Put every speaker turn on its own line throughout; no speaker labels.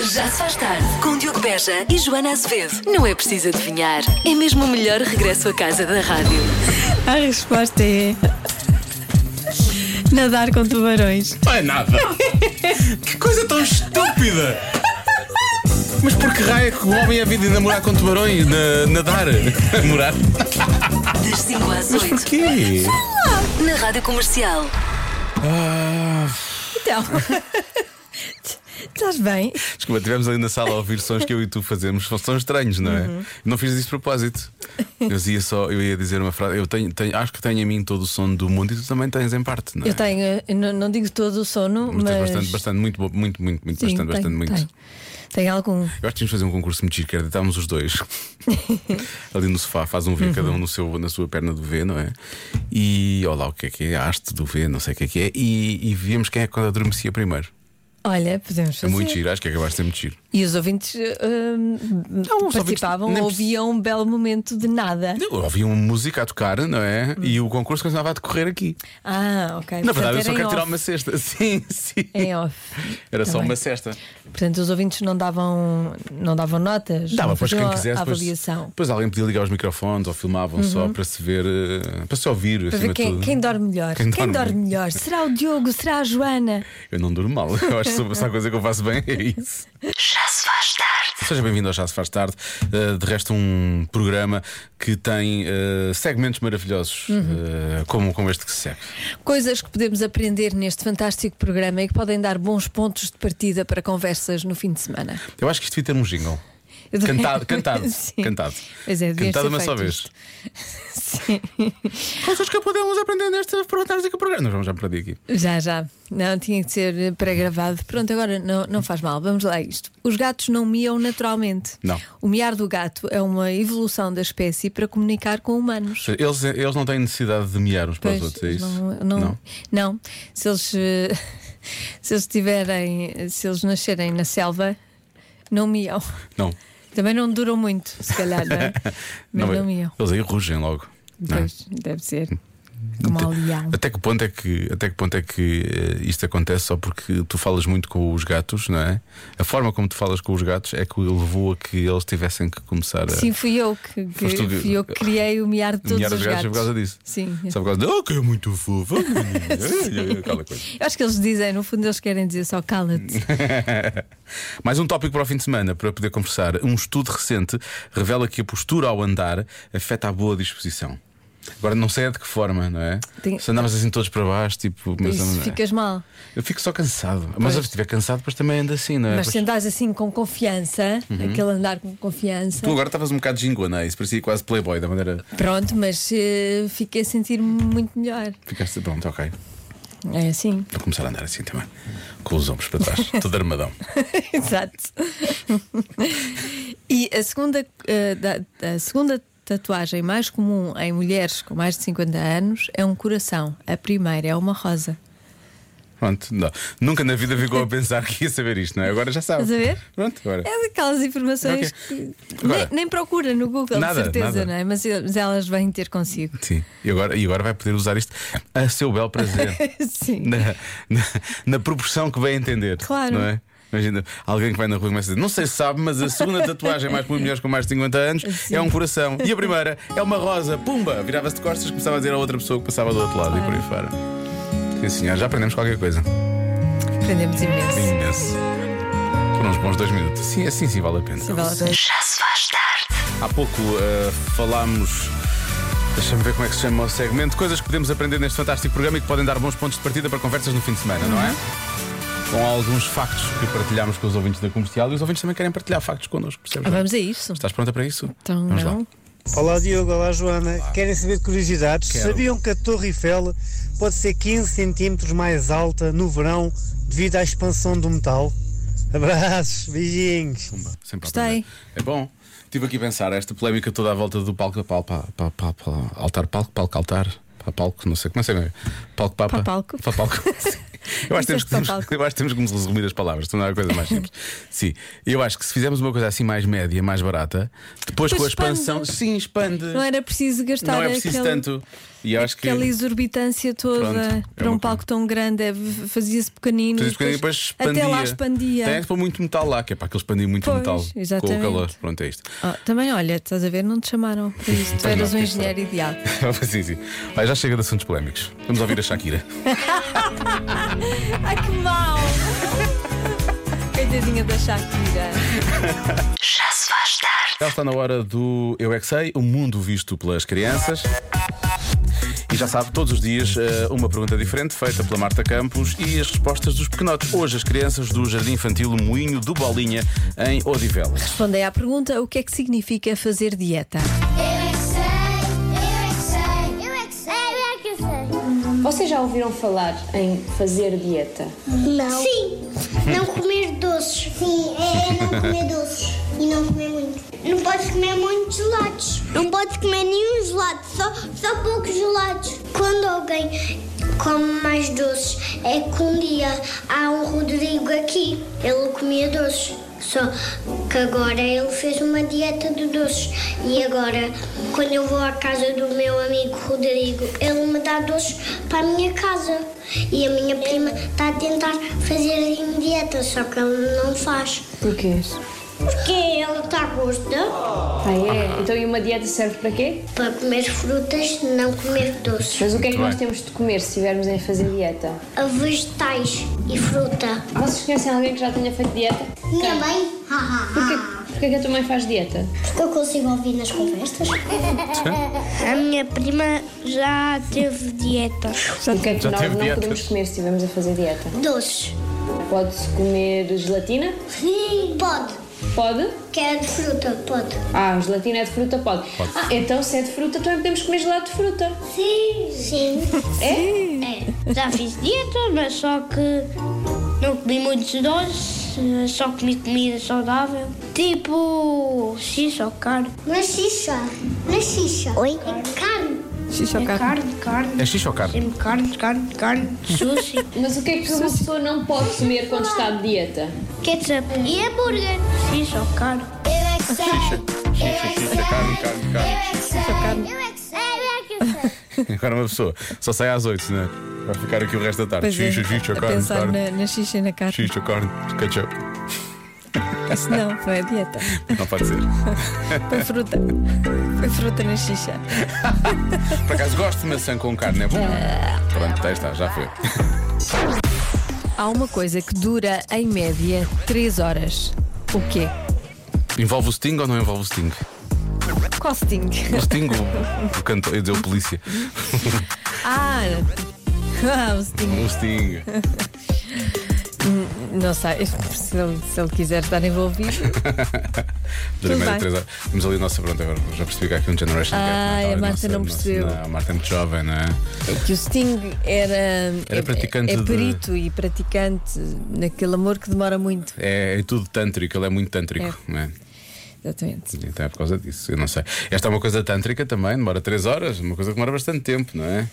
Já se faz tarde com Diogo Beja e Joana Azevedo. Não é preciso adivinhar, é mesmo o melhor regresso à casa da rádio.
A resposta é. Nadar com tubarões.
Não é nada. que coisa tão estúpida. Mas por que raio é que o homem é vida de namorar com tubarões? Na, nadar? Namorar?
Das 5 às 8,
Porquê?
na rádio comercial.
Ah,
Então. Estás bem?
desculpa, estivemos ali na sala a ouvir sons que eu e tu fazemos. São estranhos, não é?
Uhum.
Não fiz isso de propósito. Eu ia só, eu ia dizer uma frase. Eu tenho, tenho- acho que tenho em mim todo o som do mundo e tu também tens em parte, não é?
Eu tenho, eh, n- não, digo todo o sono,
Mas
mas.
tens bastante, bastante, muito, bo- muito, muito, muito,
Sim,
bastante, bastante,
tenho,
muito.
Tenho. Tenho algum.
Eu acho que tínhamos de fazer um concurso muito chique, era deitarmos os dois ali no sofá, faz um V, cada
Uhum.
um no seu, na sua perna do V, não é? E olha lá o que é que é, a haste do V, não sei o que é que é, e, e víamos quem é que adormecia primeiro.
Olha, podemos
É
fazer.
muito giro, acho que acabaste de ser muito giro.
E os ouvintes eh, hum,
os
participavam,
ouvintes nem
ouviam um belo momento de nada.
Eu ouvi uma música a tocar, não é? E o concurso continuava a decorrer aqui.
Ah, ok.
Na
Hum. Portanto,
verdade, eu
era
só
em
quero tirar
off. É.
uma cesta. Sim, sim.
Em off.
Era só
Tá bem.
uma cesta.
Portanto, os ouvintes não davam, não davam notas.
Dava
não
depois
faziam
quem
a-
quisesse.
a
depois-
avaliação. Uhum.
Depois alguém podia ligar os microfones ou filmavam só para se ver, eh, para se ouvir.
Para
acima
ver
de
quem, é
tudo.
quem dorme melhor.
Quem
Quem,
dorme.
dorme melhor? Será o Diogo? Será a Joana?
Eu não durmo mal. Eu acho que se há coisa que eu faço bem é isso.
Já se faz tarde.
Seja bem-vindo ao Já Se Faz Tarde. Uh, de resto, um programa que tem uh, segmentos maravilhosos,
Uhum.
uh, como, como este que se segue.
Coisas que podemos aprender neste fantástico programa e que podem dar bons pontos de partida para conversas no fim de semana.
Eu acho que isto devia ter um jingle.
Eu também-
Cantado, cantado,
Sim.
cantado.
Pois é, devia
cantado
ser
uma só
feito
vez.
isto. Sim.
Coisas que podemos aprender neste fantástico programa. Nós vamos já perder aqui.
Já, já. Não, tinha que ser pré-gravado. Pronto, agora não, não faz mal. Vamos lá a isto. Os gatos não miam naturalmente.
Não.
O miar do gato é uma evolução da espécie para comunicar com humanos.
Eles, eles não têm necessidade de miar uns para os
Pois,
outros, é isso?
Não, não, não. Se eles eh, se eles tiverem, se eles nascerem na selva, não miam.
Não.
Também não duram muito, se calhar, não é? Mas não,
é-
miam.
Eles aí rugem logo. não é?
Pois, deve ser. Como ao leão.
Até que ponto é que, até que, ponto é que eh, isto acontece só porque tu falas muito com os gatos, não é? A forma como tu falas com os gatos é que levou a que eles tivessem que começar a.
Sim, fui eu que, que-
Foste tu que-
fui eu que criei o miar de todos
nomear
os gatos.
por causa disso.
Sim.
Só por causa de. Oh, que é muito fofo! Aquela coisa.
Eu acho que eles dizem, no fundo, eles querem dizer só cala-te.
Mais um tópico para o fim de semana para poder conversar. Um estudo recente revela que a postura ao andar afeta a boa disposição. Agora não sei é de que forma, não é?
Tem-
Se andavas assim todos para baixo, tipo. mas
Isso
não-
ficas mal.
Eu fico só cansado. Mas
Pois.
se estiver cansado, depois também anda assim, não é?
Mas
Pois- Uhum.
se andares assim com confiança, aquele andar com confiança.
Tu agora estavas um bocado gingona, isso parecia quase playboy da maneira.
Pronto, mas eh, fiquei a sentir-me muito melhor.
Ficaste pronto, ok.
É assim.
Vou começar a andar assim também. Com os ombros para trás, todo armadão.
Exato. e a segunda, eh, da- a segunda tatuagem mais comum em mulheres com mais de 50 anos é um coração. A primeira é uma rosa.
Pronto, não. nunca na vida ficou a pensar que ia saber isto, não é? Agora já sabes.
Estás a ver?
Pronto, agora.
É daquelas informações que
Agora-
nem, nem procura no Google,
Nada,
de certeza,
nada.
não é? Mas, mas elas vêm ter consigo.
Sim, e agora, e agora vai poder usar isto a seu belo prazer.
Sim.
na, na, na proporção que vai entender.
Claro.
Não é? Imagina, alguém que vai na rua e começa a dizer: Não sei se sabe, mas a segunda tatuagem mais comum em mulheres com mais de 50 anos
Sim.
é um coração. E a primeira é uma rosa. Pumba! Virava-se de costas, começava a dizer a outra pessoa que passava do outro lado e por aí fora. Sim, senhor, já aprendemos qualquer coisa.
Aprendemos
É
imenso.
imenso. Foram uns bons dois minutos. Sim, assim sim vale a pena.
Sim, vale a pena.
Já se faz tarde.
Há pouco eh, falámos. Deixa-me ver como é que se chama o segmento. Coisas que podemos aprender neste fantástico programa e que podem dar bons pontos de partida para conversas no fim de semana, não é?
Uhum.
Com alguns factos que partilhámos com os ouvintes da comercial e os ouvintes também querem partilhar factos connosco, percebes?
Ah, vamos a isso.
Estás pronta para isso?
Então,
Vamos
não.
lá.
Olá Diogo, olá Joana. Querem saber curiosidades?
Quero.
Sabiam que a Torre Eiffel pode ser 15 centímetros mais alta no verão devido à expansão do metal? Abraços, beijinhos.
Pumba, sempre a
Gostei.
aprender. É bom. Estive aqui a pensar, esta polémica toda à volta do palco, palco, palco, palco, palco altar, palco, palco, altar, pá, palco, não sei como é que é. Palco, papa.
Pá, palco.
Pá, palco. Sim. Eu acho, que temos, que
Disseste
temos- eu acho que temos que nos resumir as palavras, tornar a coisa mais simples. Sim, eu acho que se fizermos uma coisa assim mais média, mais barata, depois
Depois
com a expansão,
expande.
sim, expande.
Não era preciso gastar
Não é preciso
aquele-
tanto. E eu acho que.
Aquela exorbitância toda
Pronto, é
para
uma
um palco tão grande, é, v- fazia-se pequenino,
Fazia-se pequenino e depois expandia.
até lá expandia.
Tem que pôr muito metal lá, que é para aquele expandir muito
Pois,
metal com o
exatamente.
calor. Pronto, é isto.
Ah, também, olha, estás a ver, não te chamaram para isso. Tu eras
Pois não,
um
pois não.
engenheiro ideal.
sim, sim. Vai, já chega de assuntos polémicos. Vamos ouvir a Shakira.
Ai que mal! Coitadinha da Shakira.
Já se faz tarde.
Já está na hora do Eu é que Sei, o mundo visto pelas crianças. E já sabe, todos os dias eh, uma pergunta diferente feita pela Marta Campos e as respostas dos pequenotes. Hoje, as crianças do Jardim Infantil Moinho do Bolinha, em Odivelas.
Respondei à pergunta: o que é que significa fazer dieta?
Eu é que sei, eu é que sei, eu é que sei, eu é que sei.
Vocês já ouviram falar em fazer dieta?
Não. Sim, não comer doces. Sim, é não comer doces e não comer muito. Não podes comer muitos gelados. Não podes comer nenhum gelado, só, só poucos gelados. Quando alguém come mais doces, é que um dia há um Rodrigo aqui. Ele comia doces. Só que agora ele fez uma dieta de doces. E agora, quando eu vou à casa do meu amigo Rodrigo, ele me dá doces para a minha casa. E a minha prima está a tentar fazer a dieta, só que ele não faz.
Porquê?
Porque ele está gorda
Ah, é? Então, e uma dieta serve para quê?
para comer frutas, não comer doces.
Mas o que é que
Muito
nós
bem.
temos de comer se estivermos em fazer dieta?
Vegetais e fruta.
Vocês conhecem alguém que já tenha feito dieta?
Minha mãe?
Porquê, porquê que a tua mãe faz dieta?
Porque eu consigo ouvir nas conversas. A minha prima já teve dieta.
O que é que
Já
nós
teve
não
dietas?
podemos comer se estivermos a fazer dieta?
Doces.
Pode-se comer gelatina?
Sim, pode.
Pode?
Quer de fruta, pode.
Ah, gelatina é de fruta? Pode. Ah, então se é de fruta, também podemos comer gelado de fruta.
Sim. Sim. É? Já fiz dieta, mas só que não comi muitos doces, só comi comida saudável. Tipo xixa ou carne. Não é xixa, não é xixa. É Oi? Carne.
Xixi ao
É
carro.
carne, carne.
É xixi ou carne?
Sempre carne, carne, carne. Sushi.
Mas o que é que uma pessoa não pode comer quando está de dieta?
Ketchup e hambúrguer. Xixa ou carne. Eu é que sei. Eu é que sei.
Carne, carne,
Eu
carne.
é que sei. Eu é que sei. Eu é que sei.
Agora uma pessoa só sai às 8, né? Vai ficar aqui o resto da tarde.
Pois é,
Xixi, xixi,
a
carne,
pensar
carne.
na, na xixa e na carne.
Xixi, carne, ketchup.
Isso não, não é dieta.
Não pode ser.
Foi fruta. Foi fruta na xixa.
Por acaso gosto de maçã com carne, é bom? Pronto, aí está, já foi.
Há uma coisa que dura em média 3 horas. O quê?
Envolve o Sting ou não envolve o Sting?
Costing.
O Sting, o, o cantor, eu ia dizer o polícia.
Ah! ah, o Sting.
O Um Sting.
Não sei, se ele, se ele quiser estar envolvido.
Dura em
Tudo
média
bem.
três horas. Temos ali a nossa, pronto, agora já percebi que há aqui um Generation Gap.
Ai,
Está ali
a Marta
nossa-
não
nossa-
percebeu.
não, a Marta é muito jovem, não é?
É que o Sting era. é-
praticante
É,
de-
perito e praticante naquele amor que demora muito.
É, é tudo tântrico, ele é muito tântrico, não é?
Exatamente.
Então é por causa disso, eu não sei. Esta é uma coisa tântrica também, demora 3 horas, uma coisa que demora bastante tempo, não é?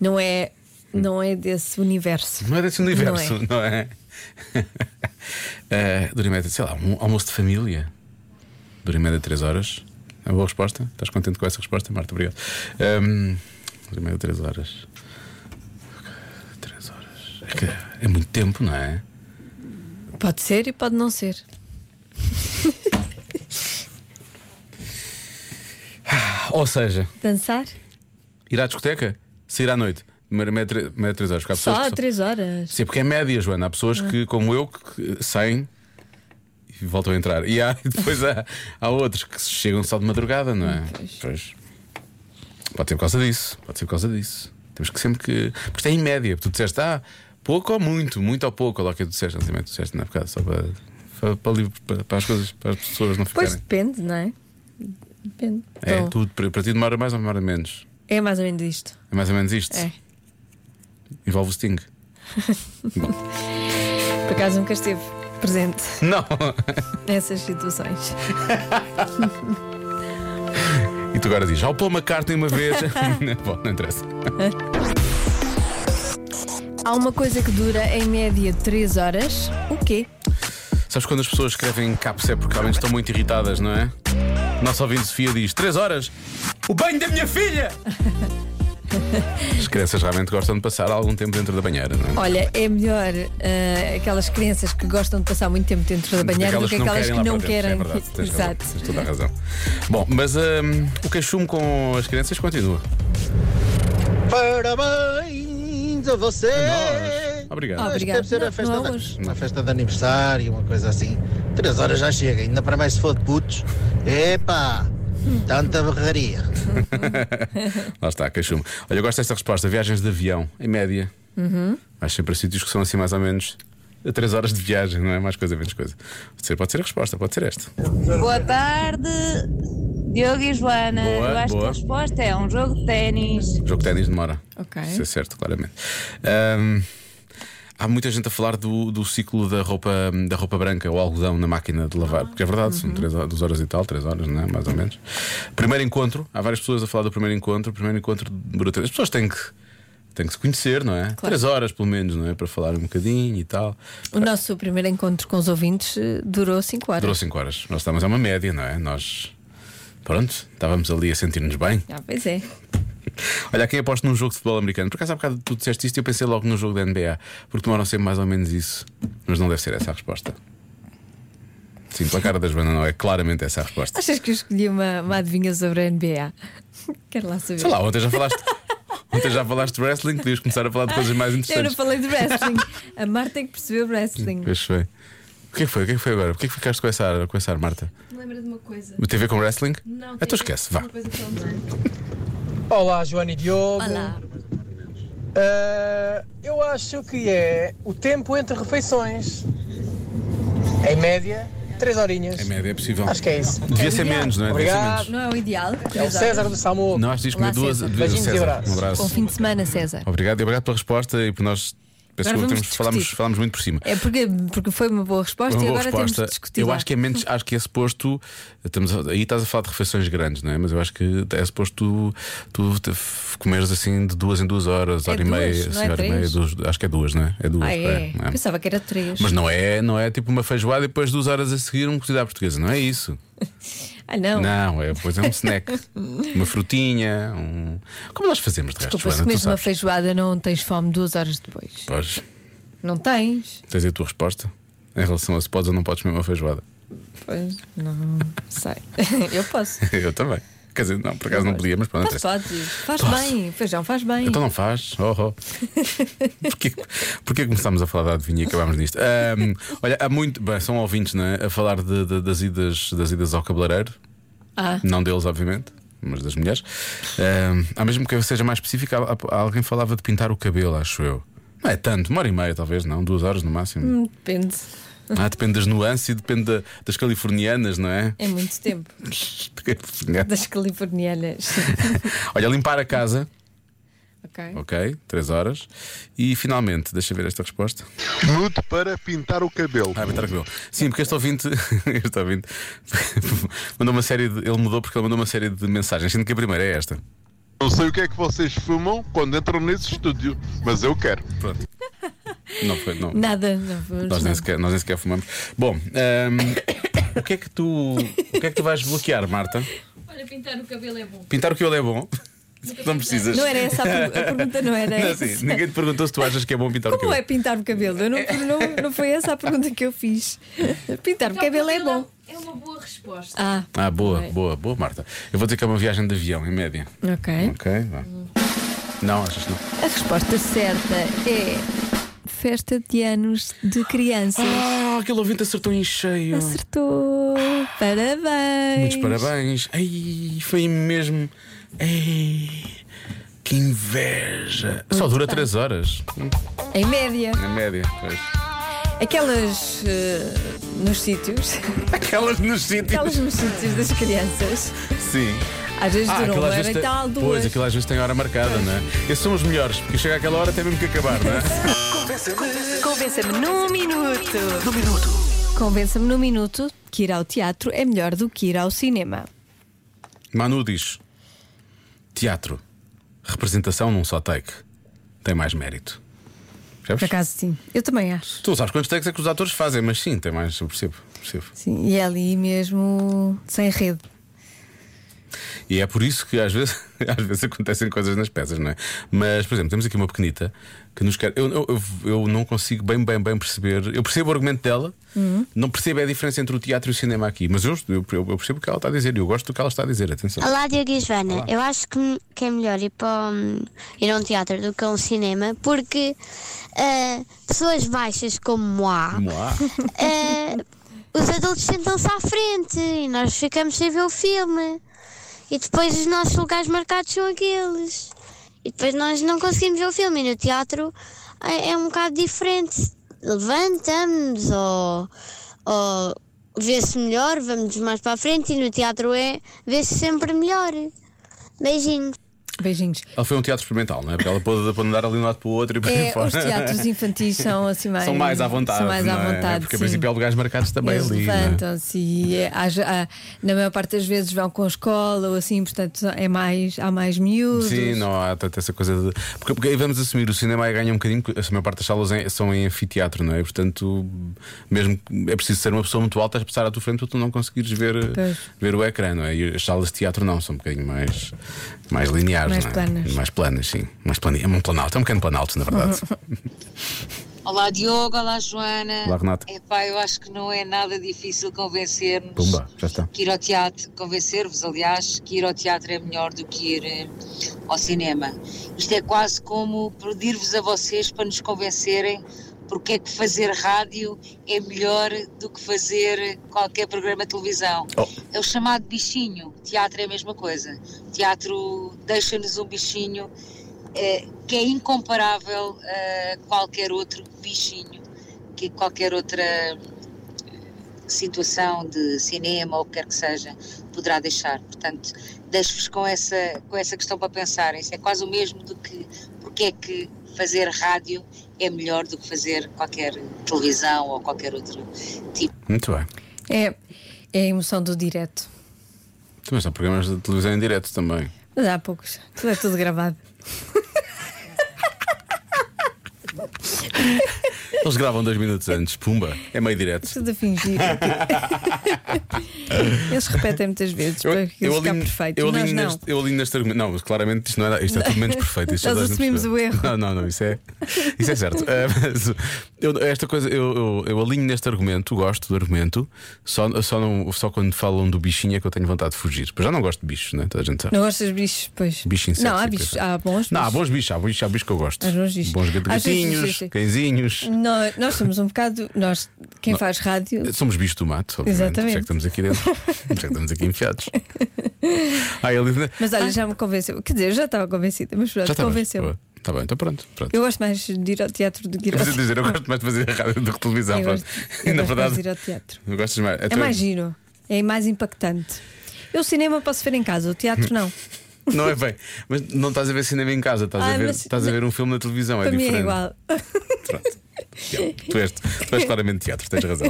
Não é, não é desse universo.
Não é desse universo, não é? Eh, Dura em média, sei lá, um almoço de família. Dura em média 3 horas. É uma boa resposta. Estás contente com essa resposta, Marta? Obrigado. Ehm, dura em média 3 horas. 3 horas. É, que é muito tempo, não é?
Pode ser e pode não ser.
Ou seja,
Dançar?
ir à discoteca, sair à noite. Dura em média 3 horas. porque há pessoas
Só
que
há
são-
3 horas.
Sim, porque é média, Joana. Há pessoas que, como eu, que saem e voltam a entrar. E há, e depois há, há outros que chegam só de madrugada, não é? Pois. Pode ser por causa disso. Pode ser por causa disso. Temos que sempre que. Porque isto é em média. Tu disseste, ah, pouco ou muito, muito ou pouco. Olha lá o que tu disseste, não sei bem o que tu disseste, não é por causa, só para, para, para, livre- para- para as coisas, para as pessoas não
Pois
ficarem.
depende, não é? Depende.
É,
Então,
tudo, para, para ti demora mais ou demora menos.
é mais ou menos isto.
É mais ou menos isto.
É.
Envolve o Sting.
Por acaso nunca esteve presente
Não!
nessas situações.
E tu agora dizes, ao Paul McCartney uma vez. Bom, não interessa.
Há uma coisa que dura em média 3 horas. O quê?
Sabes quando as pessoas escrevem caps é porque realmente estão muito irritadas, não é? Nosso ouvinte Sofia diz: 3 horas! O banho da minha filha! As crianças realmente gostam de passar algum tempo dentro da banheira, não é?
Olha, é melhor ah, aquelas crianças que gostam de passar muito tempo dentro da banheira do que aquelas que não querem.
lá para dentro, sim, é verdade, tens razão,
Exato.
Tens toda a razão. Bom, mas hum, o queixume com as crianças continua.
Parabéns a você!
Obrigado.
Ah, obrigado.
Deve ser
Não,
a festa,
não é
de-
hoje.
uma festa de aniversário, uma coisa assim. Três horas já chega, ainda para mais se for de putos. Epá!
Hum.
Tanta berraria.
Lá está, queixume. Olha, eu gosto desta resposta: viagens de avião, em média. Mas sempre há sítios que são assim mais ou menos. A 3 horas de viagem, não é? Mais coisa, menos coisa. Pode ser, pode ser a resposta, pode ser esta.
Boa tarde, Diogo e Joana.
Boa,
Eu acho que
boa.
a resposta é um jogo de ténis.
Jogo de ténis demora.
Ok.
Isso é certo, claramente. Ahm, há muita gente a falar do, do ciclo da roupa, da roupa branca, o algodão na máquina de lavar, porque é verdade, são três horas, duas horas e tal, três horas, não é? mais ou menos. Primeiro encontro, há várias pessoas a falar do primeiro encontro, o primeiro encontro demorou três. As pessoas têm que. têm que se conhecer, não é? Três horas, pelo menos, não é? Para falar um bocadinho e tal.
O nosso primeiro encontro com os ouvintes eh, durou 5 horas.
Durou cinco horas. Nós estávamos a uma média, não é? Nós. Pronto, estávamos ali a sentir-nos bem.
Ah, pois é.
Olha, há quem aposta num jogo de futebol americano. Por acaso há bocado tu disseste isto e eu pensei logo num jogo da NBA, porque tomaram sempre mais ou menos isso. Mas não deve ser essa a resposta. Sim, pela cara da Joana não é claramente essa a resposta.
Achas que eu escolhi uma, uma adivinha sobre a NBA? Quero lá saber.
Sei lá, ontem já falaste. Ontem já falaste de wrestling, podias começar a falar de coisas mais
Eu não
interessantes.
falei de wrestling. a Marta é que percebeu wrestling.
Pois foi. O que é que foi? O que é que foi agora? Por que é que ficaste com essa ar, com essa ar Marta?
Lembra de uma coisa?
Tem a ver com wrestling?
Não, tem a
Então
ver
esquece,
com
vá.
uma coisa que eu amei.
Olá, Joana e Diogo.
Olá.
Ah, eu acho que é o tempo entre refeições. Em média, três horinhas.
Em
assim.
média é possível.
Acho que é isso.
Devia ser menos, não é? Devia ser
Obrigado.
menos.
Não é o ideal?
É o César do Samu.
Não, acho que diz comer
Olá,
duas.
César.
duas-
Beijinhos e
César,
abraços.
Um abraço.
Bom fim de semana, César.
Obrigado e obrigado pela resposta e por nós. Penso
Agora
que
vamos
temos, falámos,
discutir.
falámos muito por cima.
É porque, porque foi uma boa resposta
Uma
e
boa
agora
resposta.
temos de discutir.
Eu
lá.
acho que é menos, acho que é suposto. Estamos, a- aí estás a falar de refeições grandes, não é? Mas eu acho que é suposto tu, tu te- f- comeres assim de duas em duas horas,
É
hora e
duas,
meia,
não
assim,
é
hora e meia,
três?
duas, acho que é duas, não é? É duas,
Ah,
pá,
é?
não é?
Pensava que era três.
Mas não é, não é tipo uma feijoada e depois duas horas a seguir uma cozida à portuguesa, não é isso?
Ah, não.
Não, é depois é um snack, uma frutinha, um. Como nós fazemos de resto,
Desculpa, se
Joana, tu
comes uma
sabes.
feijoada, não tens fome duas horas depois.
Pois,
Não tens?
tens aí a tua resposta em relação a se podes ou não podes comer uma feijoada.
Pois, não sei. Eu posso.
Eu também. Quer dizer, não, por acaso não podia, mas pronto. não
Posso,
interessa.
podes. Faz
Posso.
bem. Feijão faz bem.
Então não faz. Oh, oh. Porquê, porquê começámos a falar da adivinha e acabámos nisto? Ahm, olha, há muito. Bem, são ouvintes, não é? A falar de- de- das, idas, das idas ao cabeleireiro.
Ah.
Não deles, obviamente, mas das mulheres. Ahm, há mesmo que eu seja mais específica, há- há- alguém falava de pintar o cabelo, acho eu. Não é tanto, uma hora e meia, talvez, não, duas horas no máximo.
Hum. Depende.
Ah, depende das nuances e depende da- das californianas, não é?
É muito tempo. Das californianas.
né? Olha, limpar a casa.
ok.
Ok, 3 horas. E finalmente, deixa eu ver esta resposta.
Nude para pintar o cabelo.
Ah, pintar o cabelo. Sim, porque este ouvinte, este ouvinte mandou uma série de. Ele mudou porque ele mandou uma série de mensagens, sendo que a primeira é esta.
Não sei o que é que vocês fumam quando entram nesse estúdio, mas eu quero.
Pronto. Não foi, não.
Nada, não vamos
Nós nem,
nada.
sequer, nós nem sequer fumamos. Bom, ahm, o que é que tu. O que é que tu vais bloquear, Marta?
Olha, pintar o cabelo é bom.
Pintar o que ele é bom. Não precisas.
Não era essa a, per- a pergunta, não era
Não,
essa.
sim, ninguém te perguntou se tu achas que é bom pintar o
Como é
cabelo.
pintar o cabelo? Eu não, não, não foi essa a pergunta que eu fiz. Pintar o cabelo é bom.
Então, É uma boa resposta.
Ah,
Ah, boa, boa, boa, Marta. Eu vou dizer que é uma viagem de avião, em média.
ok.
Ok, vá. Não, achas que não?
A resposta certa é festa de anos de crianças.
Ah, aquele ouvinte acertou em cheio.
Acertou! Parabéns!
Muitos parabéns. Ai, foi mesmo. Ai, que inveja. Só dura 3 horas,
Em média,
na média. pois.
aquelas eh, nos sítios,
Aquelas nos
aquelas
sítios.
nos sítios das crianças,
Sim.
às vezes
Ah,
duram um uma
aquilo às
hora
vezes
e
tem-
tal, duas.
Pois, aquilo às vezes tem hora marcada, não é? Esses são os melhores, porque chega àquela hora tem mesmo que acabar, não é?
Convença-me num minuto. Num minuto. Convença-me num minuto que ir ao teatro é melhor do que ir ao cinema.
Manu diz: Teatro, representação num só take, tem mais mérito. Percebes?
Por acaso, sim. Eu também acho.
Tu sabes quantos takes é que os atores fazem, mas sim, tem mais, eu percebo, percebo.
Sim, e é ali mesmo sem rede.
E é por isso que às vezes, às vezes acontecem coisas nas peças, não é? Mas, por exemplo, temos aqui uma pequenita que nos quer. Eu, eu, eu não consigo bem, bem, bem perceber. Eu percebo o argumento dela,
Uhum.
não percebo a diferença entre o teatro e o cinema aqui, mas eu, eu, eu percebo o que ela está a dizer e eu gosto do que ela está a dizer. Atenção.
Ah.
Olá, Diogo e Joana.
Olá.
Eu acho que, que é melhor ir, para, um, ir a um teatro do que a um cinema, porque ah, pessoas baixas como a
Hum.
Moá.
É, os adultos sentam-se à frente e nós ficamos sem ver o filme. E depois os nossos lugares marcados são aqueles. E depois nós não conseguimos ver o filme. E no teatro é, é um bocado diferente. Levantamos ou, ou vê-se melhor, vamos mais para a frente. E no teatro é vê-se sempre melhor. Beijinhos.
Beijinhos.
Ela foi um teatro experimental, não é? Porque ela pôde pôde andar ali de um lado para o outro e para aí
É,
fora.
os teatros infantis são assim mais.
São mais à vontade.
São mais à
não é?
vontade.
Porque a
sim.
princípio há lugares marcados também
Eles
ali. não é?
levantam-se e é, há- há- na maior parte das vezes vão com a escola ou assim, portanto é mais, há mais miúdos.
Sim, não há tanta essa coisa de. Porque, porque aí vamos assumir, o cinema aí ganha um bocadinho, porque a maior parte das salas em- são em anfiteatro, não é? Portanto, mesmo que- é preciso ser uma pessoa muito alta a passar à tua frente para tu não conseguires ver,
Pois.
ver o ecrã, não é? E as salas de teatro não, são um bocadinho mais, mais lineares,
Mais
não é?
planas.
Mais planas, sim. Mais plane... É um planalto, é um pequeno planalto, na verdade.
Olá Diogo, olá Joana.
Olá, Renata.
Epá, eu acho que não é nada difícil convencer-nos
Pumba, já está.
que ir ao teatro, convencer-vos, aliás, que ir ao teatro é melhor do que ir eh, ao cinema. Isto é quase como pedir-vos a vocês para nos convencerem porque é que fazer rádio é melhor do que fazer qualquer programa de televisão. É o chamado bichinho. Teatro é a mesma coisa. Teatro deixa-nos um bichinho eh, que é incomparável a qualquer outro bichinho, que qualquer outra eh, situação de cinema ou o que quer que seja poderá deixar. Portanto, deixo-vos com essa, com essa questão para pensarem. Isso é quase o mesmo do que porque é que fazer rádio é melhor do que fazer qualquer televisão ou qualquer outro tipo.
Muito bem.
É, é a emoção do direto.
Mas há programas de televisão em direto também.
Mas há poucos, tudo é tudo gravado.
Eles gravam dois minutos antes, pumba, é meio direto.
Tudo a fingir. Eles repetem muitas vezes para que eles ficar perfeitos.
eu
Nós
alinho
não.
neste, eu alinho neste argumento. Não, mas claramente isto, não era, isto é tudo menos perfeito. Isto
Nós
toda a gente
assumimos
percebe.
o erro.
Não, não, não, isso é, isso é certo. Ah, mas eu- esta coisa, eu, eu, eu alinho neste argumento, gosto do argumento, só, só, não, só quando falam do bichinho é que eu tenho vontade de fugir. Porque já não gosto de bichos, né? Toda a gente sabe.
Não gostas de bichos, pois.
Bicho inseto,
Não, há
sim,
bichos,
pois.
há bons.
Não, há
bichos.
bons bichos, há bichos, há bichos que eu gosto.
Há bons bichos. Às vezes, sim,
gatinhos,
sim.
cãezinhos.
Nó- Nós somos um bocado. Nós, quem
Nó-
faz rádio.
Somos bichos do mato, obviamente.
Exatamente.
Já que estamos aqui dentro, já que estamos aqui enfiados. Ah, ele...
Mas olha, já me convenceu. Quer dizer, eu já estava convencida, mas pronto,
Já está bem.
convenceu.
Está bem, então pronto. pronto.
Eu gosto mais de ir ao teatro do que ir
Eu
ao
preciso dizer, eu gosto mais de fazer rádio do que televisão.
Eu
pronto.
gosto-
E
eu
na
gosto mais de
verdade,
ir ao teatro.
não gostas mais.
É
Então,
mais giro, é mais impactante. Eu cinema posso ver em casa, o teatro não.
Não é bem. Mas não estás a ver cinema em casa, estás, a,
Ai,
ver,
Ah, mas-
estás a ver um filme na televisão.
Para
é diferente.
mim é igual.
Tu, és, tu és claramente teatro, tens razão.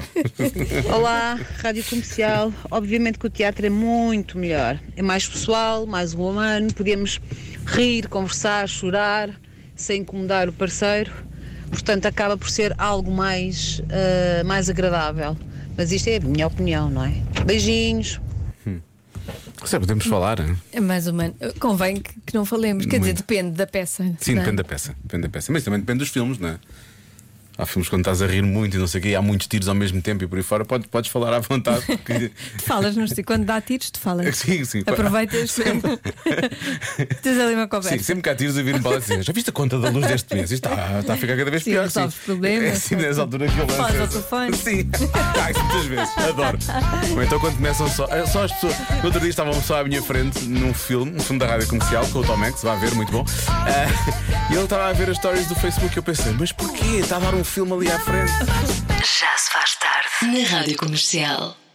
Olá, Rádio Comercial. Obviamente que o teatro é muito melhor. É mais pessoal, mais humano, podemos rir, conversar, chorar, sem incomodar o parceiro. Portanto, acaba por ser algo mais, ah, mais agradável. Mas isto é a minha opinião, não é? Beijinhos.
Sim, podemos falar. hein?
É mais humano. Convém que, que não falemos, quer dizer, depende da peça.
Sim,
não é?
depende da peça. Depende da peça. Mas também depende dos filmes, não é? Há filmes quando estás a rir muito e não sei o quê, e há muitos tiros ao mesmo tempo e por aí fora, podes, podes falar à vontade. Porque...
Tu falas, não sei, quando dá tiros, tu falas.
Sim, sim.
Aproveitas. Tens ali uma conversa.
Sim, sempre que há tiros eu viro-me para lá e dizer, já viste a conta da luz deste mês? Isto está, está a ficar cada vez
Sim,
pior.
resolves
sim.
problemas,
É assim,
não é?
nessa altura que eu lanço.
Falas ao
essa-
telefone.
Sim, Ah, isso muitas vezes, adoro. Ou então quando começam só, é, só as pessoas. No outro dia estavam só à minha frente num filme, um filme da rádio comercial, com o Tom Hanks, vai ver, muito bom. Ah, e ele estava a ver as stories do Facebook e eu pensei, mas porquê? Está a dar um filme ali à frente.
Já se faz tarde na Rádio Comercial.